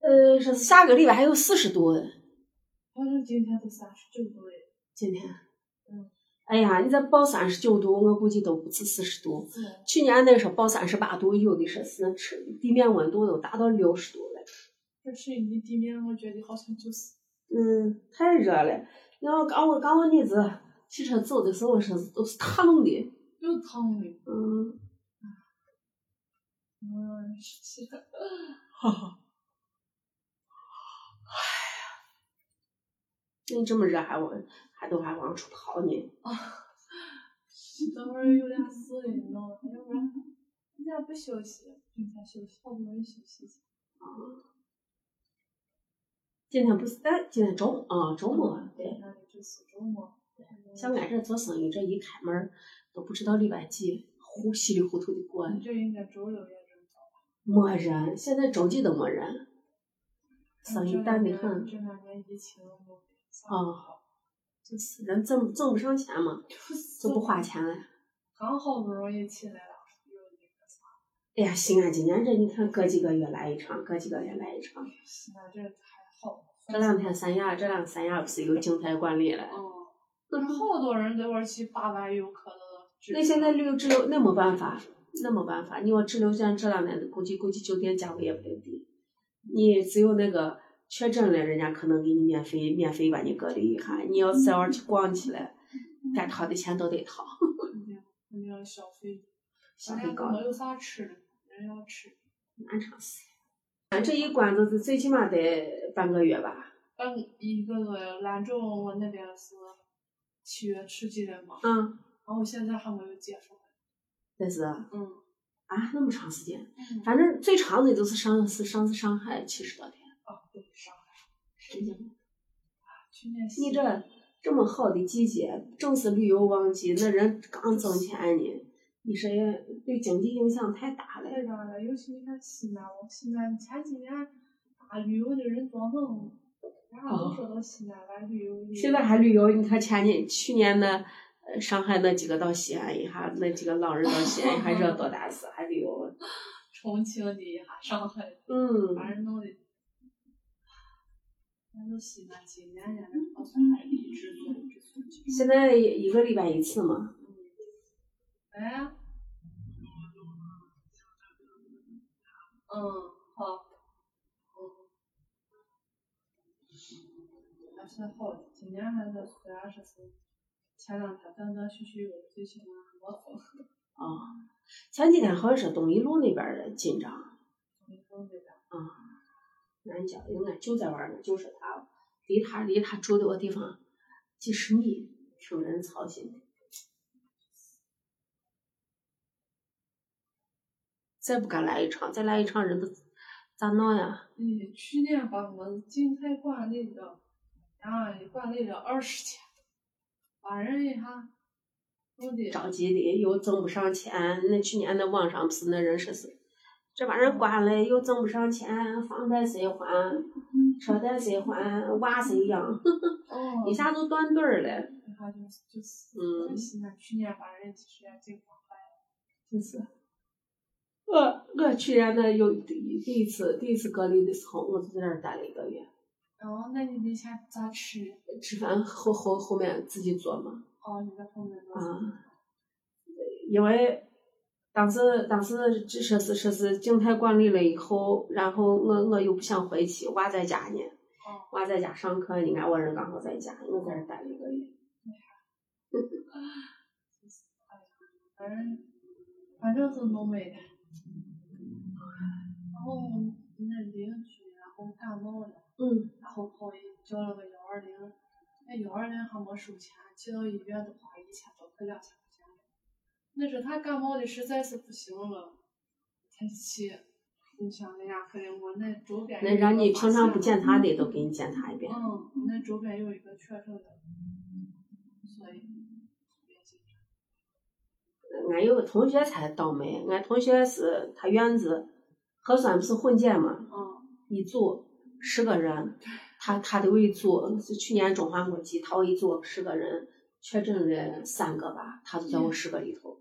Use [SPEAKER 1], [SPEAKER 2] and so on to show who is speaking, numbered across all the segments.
[SPEAKER 1] 呃，是下个礼拜还有四十多的，
[SPEAKER 2] 好像今天都三十九度了，
[SPEAKER 1] 今天。
[SPEAKER 2] 嗯
[SPEAKER 1] 哎呀，你再报三十九度，我估计都不止四十度。
[SPEAKER 2] 是的
[SPEAKER 1] 去年那时候报三十八度，有的是是吃地面温度都达到六十度了。
[SPEAKER 2] 这水泥地面，我觉得好像就是
[SPEAKER 1] 嗯，太热了。然后刚我刚我那子汽车走的时候是都是烫的。
[SPEAKER 2] 又烫了，
[SPEAKER 1] 嗯，
[SPEAKER 2] 嗯，是的，
[SPEAKER 1] 哈哈。哎呀，那这么热还往还都还往出跑呢？
[SPEAKER 2] 等会儿有点事你弄，要不然人家不休息，今天休息，好不容易休息一下，
[SPEAKER 1] 今天不是，但今天周末啊，周末对。
[SPEAKER 2] 那就是周末，嗯
[SPEAKER 1] 像俺这做生意，这一开门儿都不知道礼拜几，糊稀里糊涂的过了。
[SPEAKER 2] 这应该周六也正常。
[SPEAKER 1] 没人，现在周几都没人，生意淡的很
[SPEAKER 2] 嗯这两年疫情我
[SPEAKER 1] 啊。就是人挣挣不上钱嘛，就不花钱了。
[SPEAKER 2] 刚好不容易起来了，有那个啥，
[SPEAKER 1] 哎呀，西安今年这你看，隔几个月来一场，隔几个月来一场。
[SPEAKER 2] 西安这还好。
[SPEAKER 1] 这两天三亚，这两三亚不是有静态管理了？
[SPEAKER 2] 哦，但是好多人在玩去八万游客的。
[SPEAKER 1] 那现在旅游滞留那没办法，那没办法。你要滞留现在这两年估计估计酒店价位也不低，你只有那个确诊了，人家可能给你免费免费把你隔离一下。你要是要去逛起来，该掏的钱都得掏。
[SPEAKER 2] 肯定肯定要消费，
[SPEAKER 1] 消
[SPEAKER 2] 人
[SPEAKER 1] 费
[SPEAKER 2] 家
[SPEAKER 1] 高
[SPEAKER 2] 可能有啥吃的，人要吃
[SPEAKER 1] 难尝试。俺这一关就是最起码得半个月吧。
[SPEAKER 2] 嗯，一个个兰州我那边是七月初几的嘛，
[SPEAKER 1] 嗯，
[SPEAKER 2] 然后现在还没有解封。
[SPEAKER 1] 但是啊，
[SPEAKER 2] 嗯，
[SPEAKER 1] 那么长时间，
[SPEAKER 2] 嗯
[SPEAKER 1] 反正最长的就是上次上次上海七十多天。
[SPEAKER 2] 啊，对，上海，
[SPEAKER 1] 神经病！
[SPEAKER 2] 去年
[SPEAKER 1] 你这这么好的季节，正是旅游旺季，那人刚挣钱呢，你说也对经济影响太大了。
[SPEAKER 2] 太啥了，尤其你看西安，我西安前几年啊旅游的人多猛，然后都说到西安来旅游的。
[SPEAKER 1] 哦现在还旅游，你看前年去年那呃上海那几个到西安一下，那几个老人到西安一下，热多大事，还旅游了。
[SPEAKER 2] 重庆的一下，上海的，
[SPEAKER 1] 嗯，
[SPEAKER 2] 把人弄的。咱都西安今年呀，好像还一直做一直做。
[SPEAKER 1] 嗯现在一个礼拜一次嘛。
[SPEAKER 2] 哎，嗯，好，嗯，还是好的。今年还是虽然说是前两天断断续续有，最起码还没封。
[SPEAKER 1] 啊、前几天好像是东一路那边儿的紧张啊，
[SPEAKER 2] 没封这边，
[SPEAKER 1] 俺家因为俺舅在玩儿呢，就是他离他离他住的我地方几十米，挺让人操心的。再不敢来一场，再来一场人都咋弄呀？
[SPEAKER 2] 你去年把我们静态管理了，啊，管理了二十天，把人一下弄的
[SPEAKER 1] 着急的又挣不上钱，那去年那网上不是那人说是，这把人关了又挣不上钱，房贷谁还？车贷谁还？娃谁养？
[SPEAKER 2] 嗯哦
[SPEAKER 1] 一下都断队儿了。
[SPEAKER 2] 然后就是就是，
[SPEAKER 1] 嗯
[SPEAKER 2] 西安去年把人其实也进化坏了，
[SPEAKER 1] 就是，我我去年那有第第一次第一次隔离的时候，我就在那儿待了一个月，
[SPEAKER 2] 然后那你那下咋吃？
[SPEAKER 1] 吃饭后后后面自己做嘛，
[SPEAKER 2] 哦，你在后面吗？
[SPEAKER 1] 啊，因为当时当时只说是说是静态管理了以后，然后我我又不想回去，娃在家呢，
[SPEAKER 2] 哦，
[SPEAKER 1] 娃在家上课呢，俺我人刚好在家，我在那儿待了一个月，
[SPEAKER 2] 就是哎呀反正反正是浓眉的。然后我们那邻居然后感冒了，
[SPEAKER 1] 嗯，
[SPEAKER 2] 然后跑医叫了个幺二零，那幺二零还没收钱，寄到医院的话一千多块两千块钱。那是他感冒的实在是不行了，才去。你想那呀，可能我那周边
[SPEAKER 1] 那让你平常不
[SPEAKER 2] 见
[SPEAKER 1] 检查的都给你检查一遍，
[SPEAKER 2] 嗯，我那周边有一个确诊的，所以别紧张。
[SPEAKER 1] 俺有个同学才倒霉，俺同学是他院子核酸不是混检嘛，
[SPEAKER 2] 嗯，
[SPEAKER 1] 一组十个人，他他的一组是去年中华国际，他一组十个人确诊了三个吧，他就在我十个里头，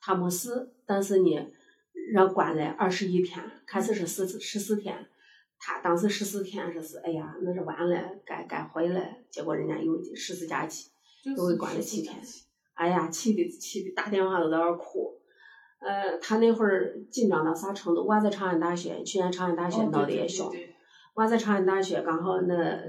[SPEAKER 1] 他没事，但是呢，人关了二十一天，开始是十十四天，他当时十四天是是，哎呀，那是完了，该该回来。结果人家又十四假期，
[SPEAKER 2] 就
[SPEAKER 1] 都会
[SPEAKER 2] 是
[SPEAKER 1] 管了七
[SPEAKER 2] 14假
[SPEAKER 1] 天
[SPEAKER 2] 期
[SPEAKER 1] 哎呀，气的气的打电话都在那儿哭。呃，他那会儿紧张到啥程度？我在长安大学，去年长安大学
[SPEAKER 2] 哦
[SPEAKER 1] 闹得
[SPEAKER 2] 对
[SPEAKER 1] 也
[SPEAKER 2] 对
[SPEAKER 1] 凶。
[SPEAKER 2] 对对
[SPEAKER 1] 我在长安大学，刚好那呃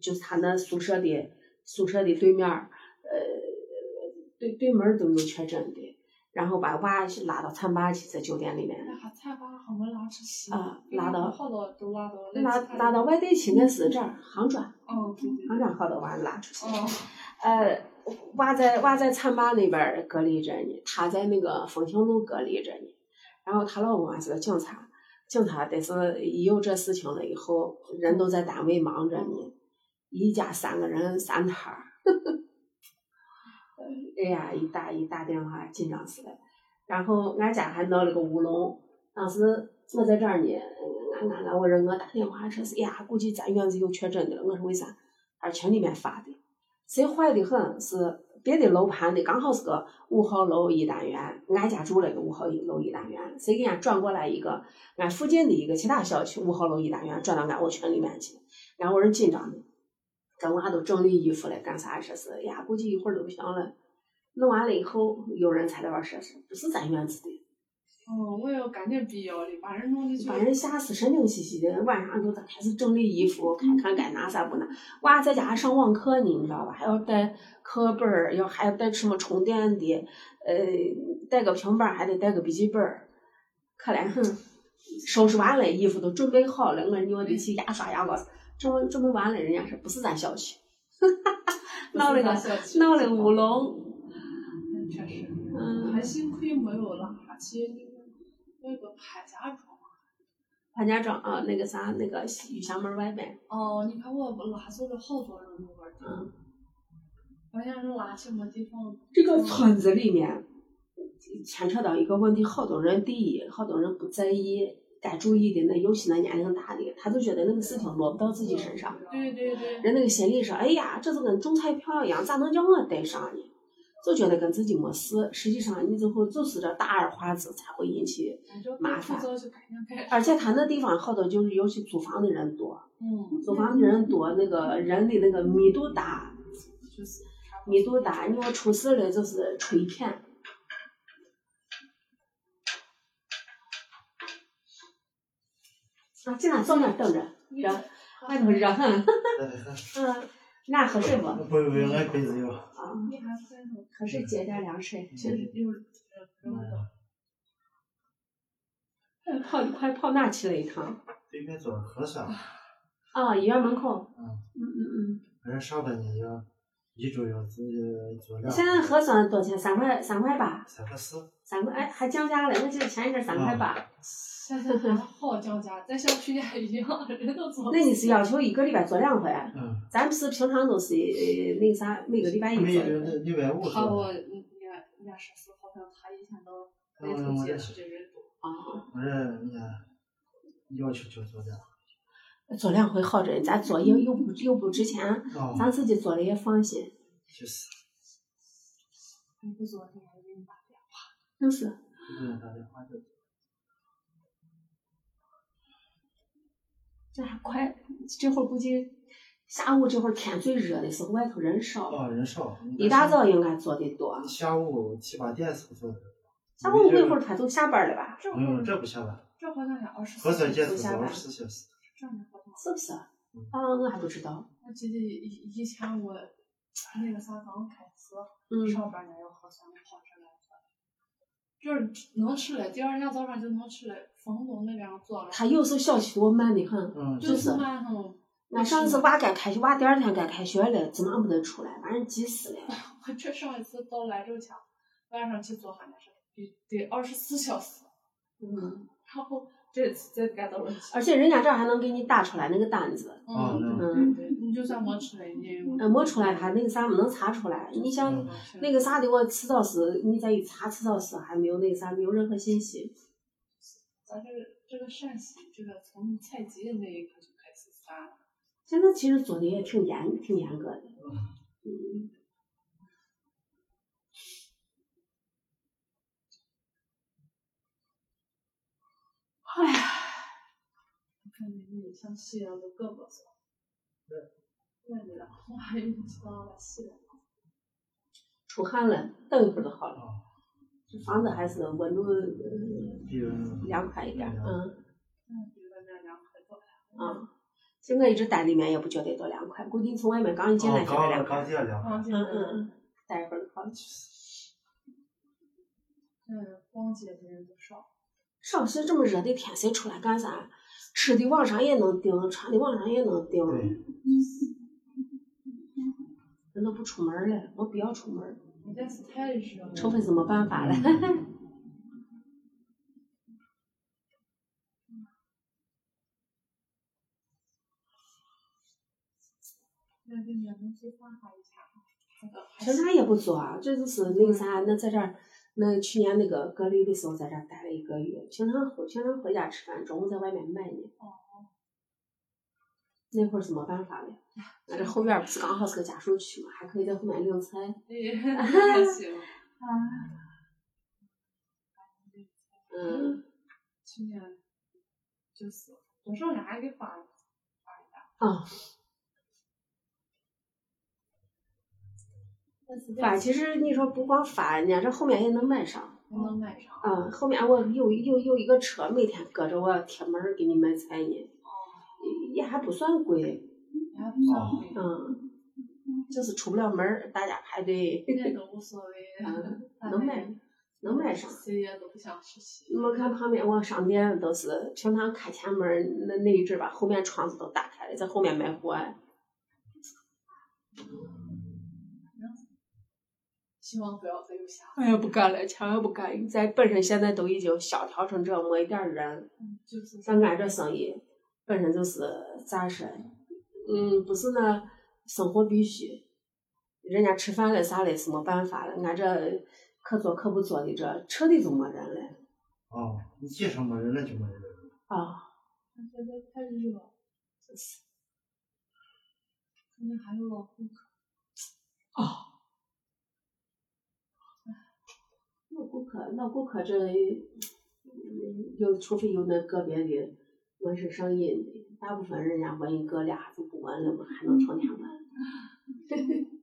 [SPEAKER 1] 就是他那宿舍的宿舍的对面儿，呃，对对门儿都有确诊的，然后把娃拉到餐吧去，在酒店里面
[SPEAKER 2] 那还菜吧，还没拉出去
[SPEAKER 1] 啊
[SPEAKER 2] 因为
[SPEAKER 1] 拉到
[SPEAKER 2] 好多都拉到
[SPEAKER 1] 拉拉到外地去，那是这儿杭州，
[SPEAKER 2] 哦，对对，
[SPEAKER 1] 杭州好多娃拉出去。
[SPEAKER 2] 哦，
[SPEAKER 1] 呃，娃在娃在餐吧那边儿隔离着呢，他在那个风情路隔离着呢。然后她老公啊是个警察，警察得是一有这事情了以后，人都在单位忙着呢，一家三个人三摊儿。 哎呀，一打一打电话，紧张死了。然后俺家还闹了个乌龙，当时我在这儿呢，俺俺俺我让我打电话说是，哎呀，估计咱院子有确诊的了。我说为啥？他说群里面发的。谁坏的很，是别的楼盘的，刚好是个五号楼一单元，俺家住了一个五号楼一单元，谁给俺转过来一个俺附近的一个其他小区五号楼一单元，转到俺我群里面去，俺我人紧张的，跟娃都整理衣服了，干啥说是，哎呀，估计一会儿都不行了。弄完了以后，有人才在那说是不是咱院子的，
[SPEAKER 2] 哦，我要赶紧必要的，把人弄的就
[SPEAKER 1] 把人吓死神经兮兮的。晚上就在开始整理衣服，看看该拿啥不拿。娃在家还上网课呢，你知道吧？还要带课本儿，要还要带什么充电的，呃，带个平板儿，还得带个笔记本儿，可怜很。收拾完了，衣服都准备好了，我扭的去牙刷牙膏，准备准备完了，人家说不是咱小区，闹了个闹了个乌，龙，
[SPEAKER 2] 嗯确实。还
[SPEAKER 1] 嗯，
[SPEAKER 2] 幸亏没有拉下去那个潘家庄。
[SPEAKER 1] 潘家庄啊，那个啥，那个西雨霞门外边，
[SPEAKER 2] 哦，你看我拉走了好多人那块儿
[SPEAKER 1] 嗯
[SPEAKER 2] 地，关键是拉去没地方。
[SPEAKER 1] 这个村子里面牵扯到一个问题，好多人第一，好多人不在意，该注意的那尤其那年龄大的，他就觉得那个事情落不到自己身上，
[SPEAKER 2] 对对对，
[SPEAKER 1] 人那个心理上，哎呀，这是跟中彩票一样，咋能叫我得上呢？就觉得跟自己没事，实际上你最后就是这大而化之才会引起，
[SPEAKER 2] 咱这
[SPEAKER 1] 麻烦
[SPEAKER 2] 早就赶紧改。
[SPEAKER 1] 而且他那地方好多就是尤其租房的人多，
[SPEAKER 2] 嗯，
[SPEAKER 1] 租房的人多，那个人的那个密度大，
[SPEAKER 2] 就是差不多
[SPEAKER 1] 密度大，你要出事了就是吹骗。啊，进来坐那儿等着，热，外头热很。 嗯，那喝水不？啊，
[SPEAKER 3] 不不，俺杯子要。
[SPEAKER 2] 你还在那，
[SPEAKER 1] 喝水接点凉水。
[SPEAKER 2] 就是就是这个
[SPEAKER 1] 嗯
[SPEAKER 3] 嗯
[SPEAKER 1] 哎跑快跑哪去了一趟？
[SPEAKER 3] 对面做核酸，
[SPEAKER 1] 啊，医院门口。
[SPEAKER 3] 嗯
[SPEAKER 1] 嗯嗯
[SPEAKER 3] 俺上半年要一周要自己做
[SPEAKER 1] 嗯。
[SPEAKER 3] 两。
[SPEAKER 1] 现在核酸多少钱？三块三块八，
[SPEAKER 3] 三十四，
[SPEAKER 1] 三块哎还降价了。我记得前一阵三块八。
[SPEAKER 2] 现在还好降价，咱小区也一样，人都做。
[SPEAKER 1] 那你是要求一个礼拜做两回？啊
[SPEAKER 3] 嗯，
[SPEAKER 1] 咱不是平常都是呃那个啥，每个礼拜一
[SPEAKER 3] 每
[SPEAKER 1] 做
[SPEAKER 3] 人
[SPEAKER 1] 的。
[SPEAKER 3] 六百五十
[SPEAKER 2] 他。啊我嗯人家人家说是好像他以前都那
[SPEAKER 1] 嗯
[SPEAKER 2] 头街区的人多。
[SPEAKER 1] 啊，
[SPEAKER 3] 我这你看，要求就做两。
[SPEAKER 1] 做两回好着，咱做又又不又不值钱，咱
[SPEAKER 3] 啊，
[SPEAKER 1] 自己做了也放心，
[SPEAKER 3] 就是，
[SPEAKER 2] 你不做，你还给你打电话。
[SPEAKER 1] 就是。
[SPEAKER 3] 不用打电话就。
[SPEAKER 1] 这还快，这会儿估计下午这会儿天最热的时候，外头人少，
[SPEAKER 3] 啊，人少。
[SPEAKER 1] 一大。早应该做的多。
[SPEAKER 3] 下午七八点是不做的。
[SPEAKER 1] 下午一会儿他都下班了吧？
[SPEAKER 2] 这会
[SPEAKER 3] 没有，
[SPEAKER 2] 儿
[SPEAKER 3] 哎这不下班。
[SPEAKER 2] 这好像也二十四
[SPEAKER 3] 核酸
[SPEAKER 2] 小
[SPEAKER 3] 检
[SPEAKER 2] 时
[SPEAKER 3] 测是二十四小时。
[SPEAKER 2] 这样的好像。
[SPEAKER 1] 是不是？
[SPEAKER 3] 嗯
[SPEAKER 1] 啊，我还不知道。
[SPEAKER 2] 我记得以以前我那个啥刚开始、
[SPEAKER 1] 嗯，
[SPEAKER 2] 上班呢，要核酸跑这来回，就是能吃了，第二天早上就能吃了。房东那边做了，
[SPEAKER 1] 他有时候小区我慢的很。
[SPEAKER 3] 嗯，
[SPEAKER 1] 就
[SPEAKER 2] 就是是慢很。
[SPEAKER 1] 俺上次娃该开学，娃第二天该开学了，怎么不能出来？把人急死了。
[SPEAKER 2] 我这上一次到兰州前，晚上去做哈那事，得得二十四小时，
[SPEAKER 1] 嗯，
[SPEAKER 2] 然后这次再赶到了。
[SPEAKER 1] 而且人家这儿还能给你打出来那个单子。
[SPEAKER 3] 哦
[SPEAKER 2] 嗯，
[SPEAKER 1] 嗯。
[SPEAKER 2] 对，你就算没吃了，你也有。
[SPEAKER 1] 呃，没出来，他那个啥没能查出来。你像
[SPEAKER 3] 嗯
[SPEAKER 1] 那个啥的，我迟早是，你再一查，迟早是还没有那个啥，没有任何信息。
[SPEAKER 2] 咱这个这个陕西这个从采集的那一刻就开始散了。
[SPEAKER 1] 现在其实做的也挺严，挺严格的。嗯。哎呀，
[SPEAKER 2] 我看你那个像西安都更不错。
[SPEAKER 3] 对。
[SPEAKER 2] 那你了，我还有知道了西安。
[SPEAKER 1] 出汗了，等一会儿就好了。
[SPEAKER 3] 啊，
[SPEAKER 1] 这房子还是温度呃
[SPEAKER 3] 比如
[SPEAKER 1] 凉快一点，嗯
[SPEAKER 2] 嗯，比外面凉快多了。
[SPEAKER 1] 啊。其实我一直待里面也不觉得多凉快，估计从外面刚一进来
[SPEAKER 3] 哦
[SPEAKER 1] 就
[SPEAKER 3] 刚
[SPEAKER 1] 凉快
[SPEAKER 3] 刚。进来两
[SPEAKER 2] 放
[SPEAKER 3] 块，
[SPEAKER 1] 嗯
[SPEAKER 2] 进来
[SPEAKER 1] 嗯嗯，待一会儿就好了。
[SPEAKER 2] 嗯，逛街的人不少。
[SPEAKER 1] 上学这么热的天，谁出来干啥？吃的网上也能订，穿的网上也能订。
[SPEAKER 3] 对，
[SPEAKER 1] 人都不出门了，我不要出门，
[SPEAKER 2] 你但是太热了。
[SPEAKER 1] 除非是没办法了。
[SPEAKER 2] 那给你们去放下一下。好的。
[SPEAKER 1] 其实啥也不做啊，这就是那个啥，那在这儿，那去年那个隔离的时候，在这儿待了一个月，平常回平常回家吃饭，中午在外面买呢。
[SPEAKER 2] 哦。
[SPEAKER 1] 那会儿是没办法了，那这后院不是刚好是个家属区嘛，还可以在后面嗯领菜。
[SPEAKER 2] 也 还行。
[SPEAKER 1] 啊。嗯，
[SPEAKER 2] 去年就是多少人给发了发一下。
[SPEAKER 1] 啊，发其实你说不光发，人家这后面也能买上。
[SPEAKER 2] 还能买上。
[SPEAKER 1] 啊，后面我有有有一个车，每天搁着我贴门儿给你买菜呢，也还不算贵，
[SPEAKER 2] 还不算贵。
[SPEAKER 1] 嗯，就是出不了门儿，大家排队，
[SPEAKER 2] 那都无所谓，
[SPEAKER 1] 嗯
[SPEAKER 2] 大
[SPEAKER 1] 能
[SPEAKER 2] 概
[SPEAKER 1] 买能买上。
[SPEAKER 2] 谁也都不想实习。
[SPEAKER 1] 你们看旁边我商店都是平常开前门儿那那一阵儿吧，后面窗子都打开了，在后面卖货。
[SPEAKER 2] 希望不要再有下。
[SPEAKER 1] 哎呀，不干了，千万不干！咱本身现在都已经萧条成这，没一点儿人。
[SPEAKER 2] 嗯，就是
[SPEAKER 1] 像俺这生意，本身就是咋说，嗯，不是那生活必须，人家吃饭了啥嘞是没办法了，俺这可做可不做的这彻底就没人了
[SPEAKER 3] 哦，你既什没人那就没人了，
[SPEAKER 1] 啊！
[SPEAKER 2] 现在太热了，
[SPEAKER 1] 真是
[SPEAKER 2] 可能还有老顾客。
[SPEAKER 1] 老顾客，老顾客这，嗯有除非有那个别的纹身上瘾的，大部分人家纹一个俩就不纹了嘛，还能成天纹。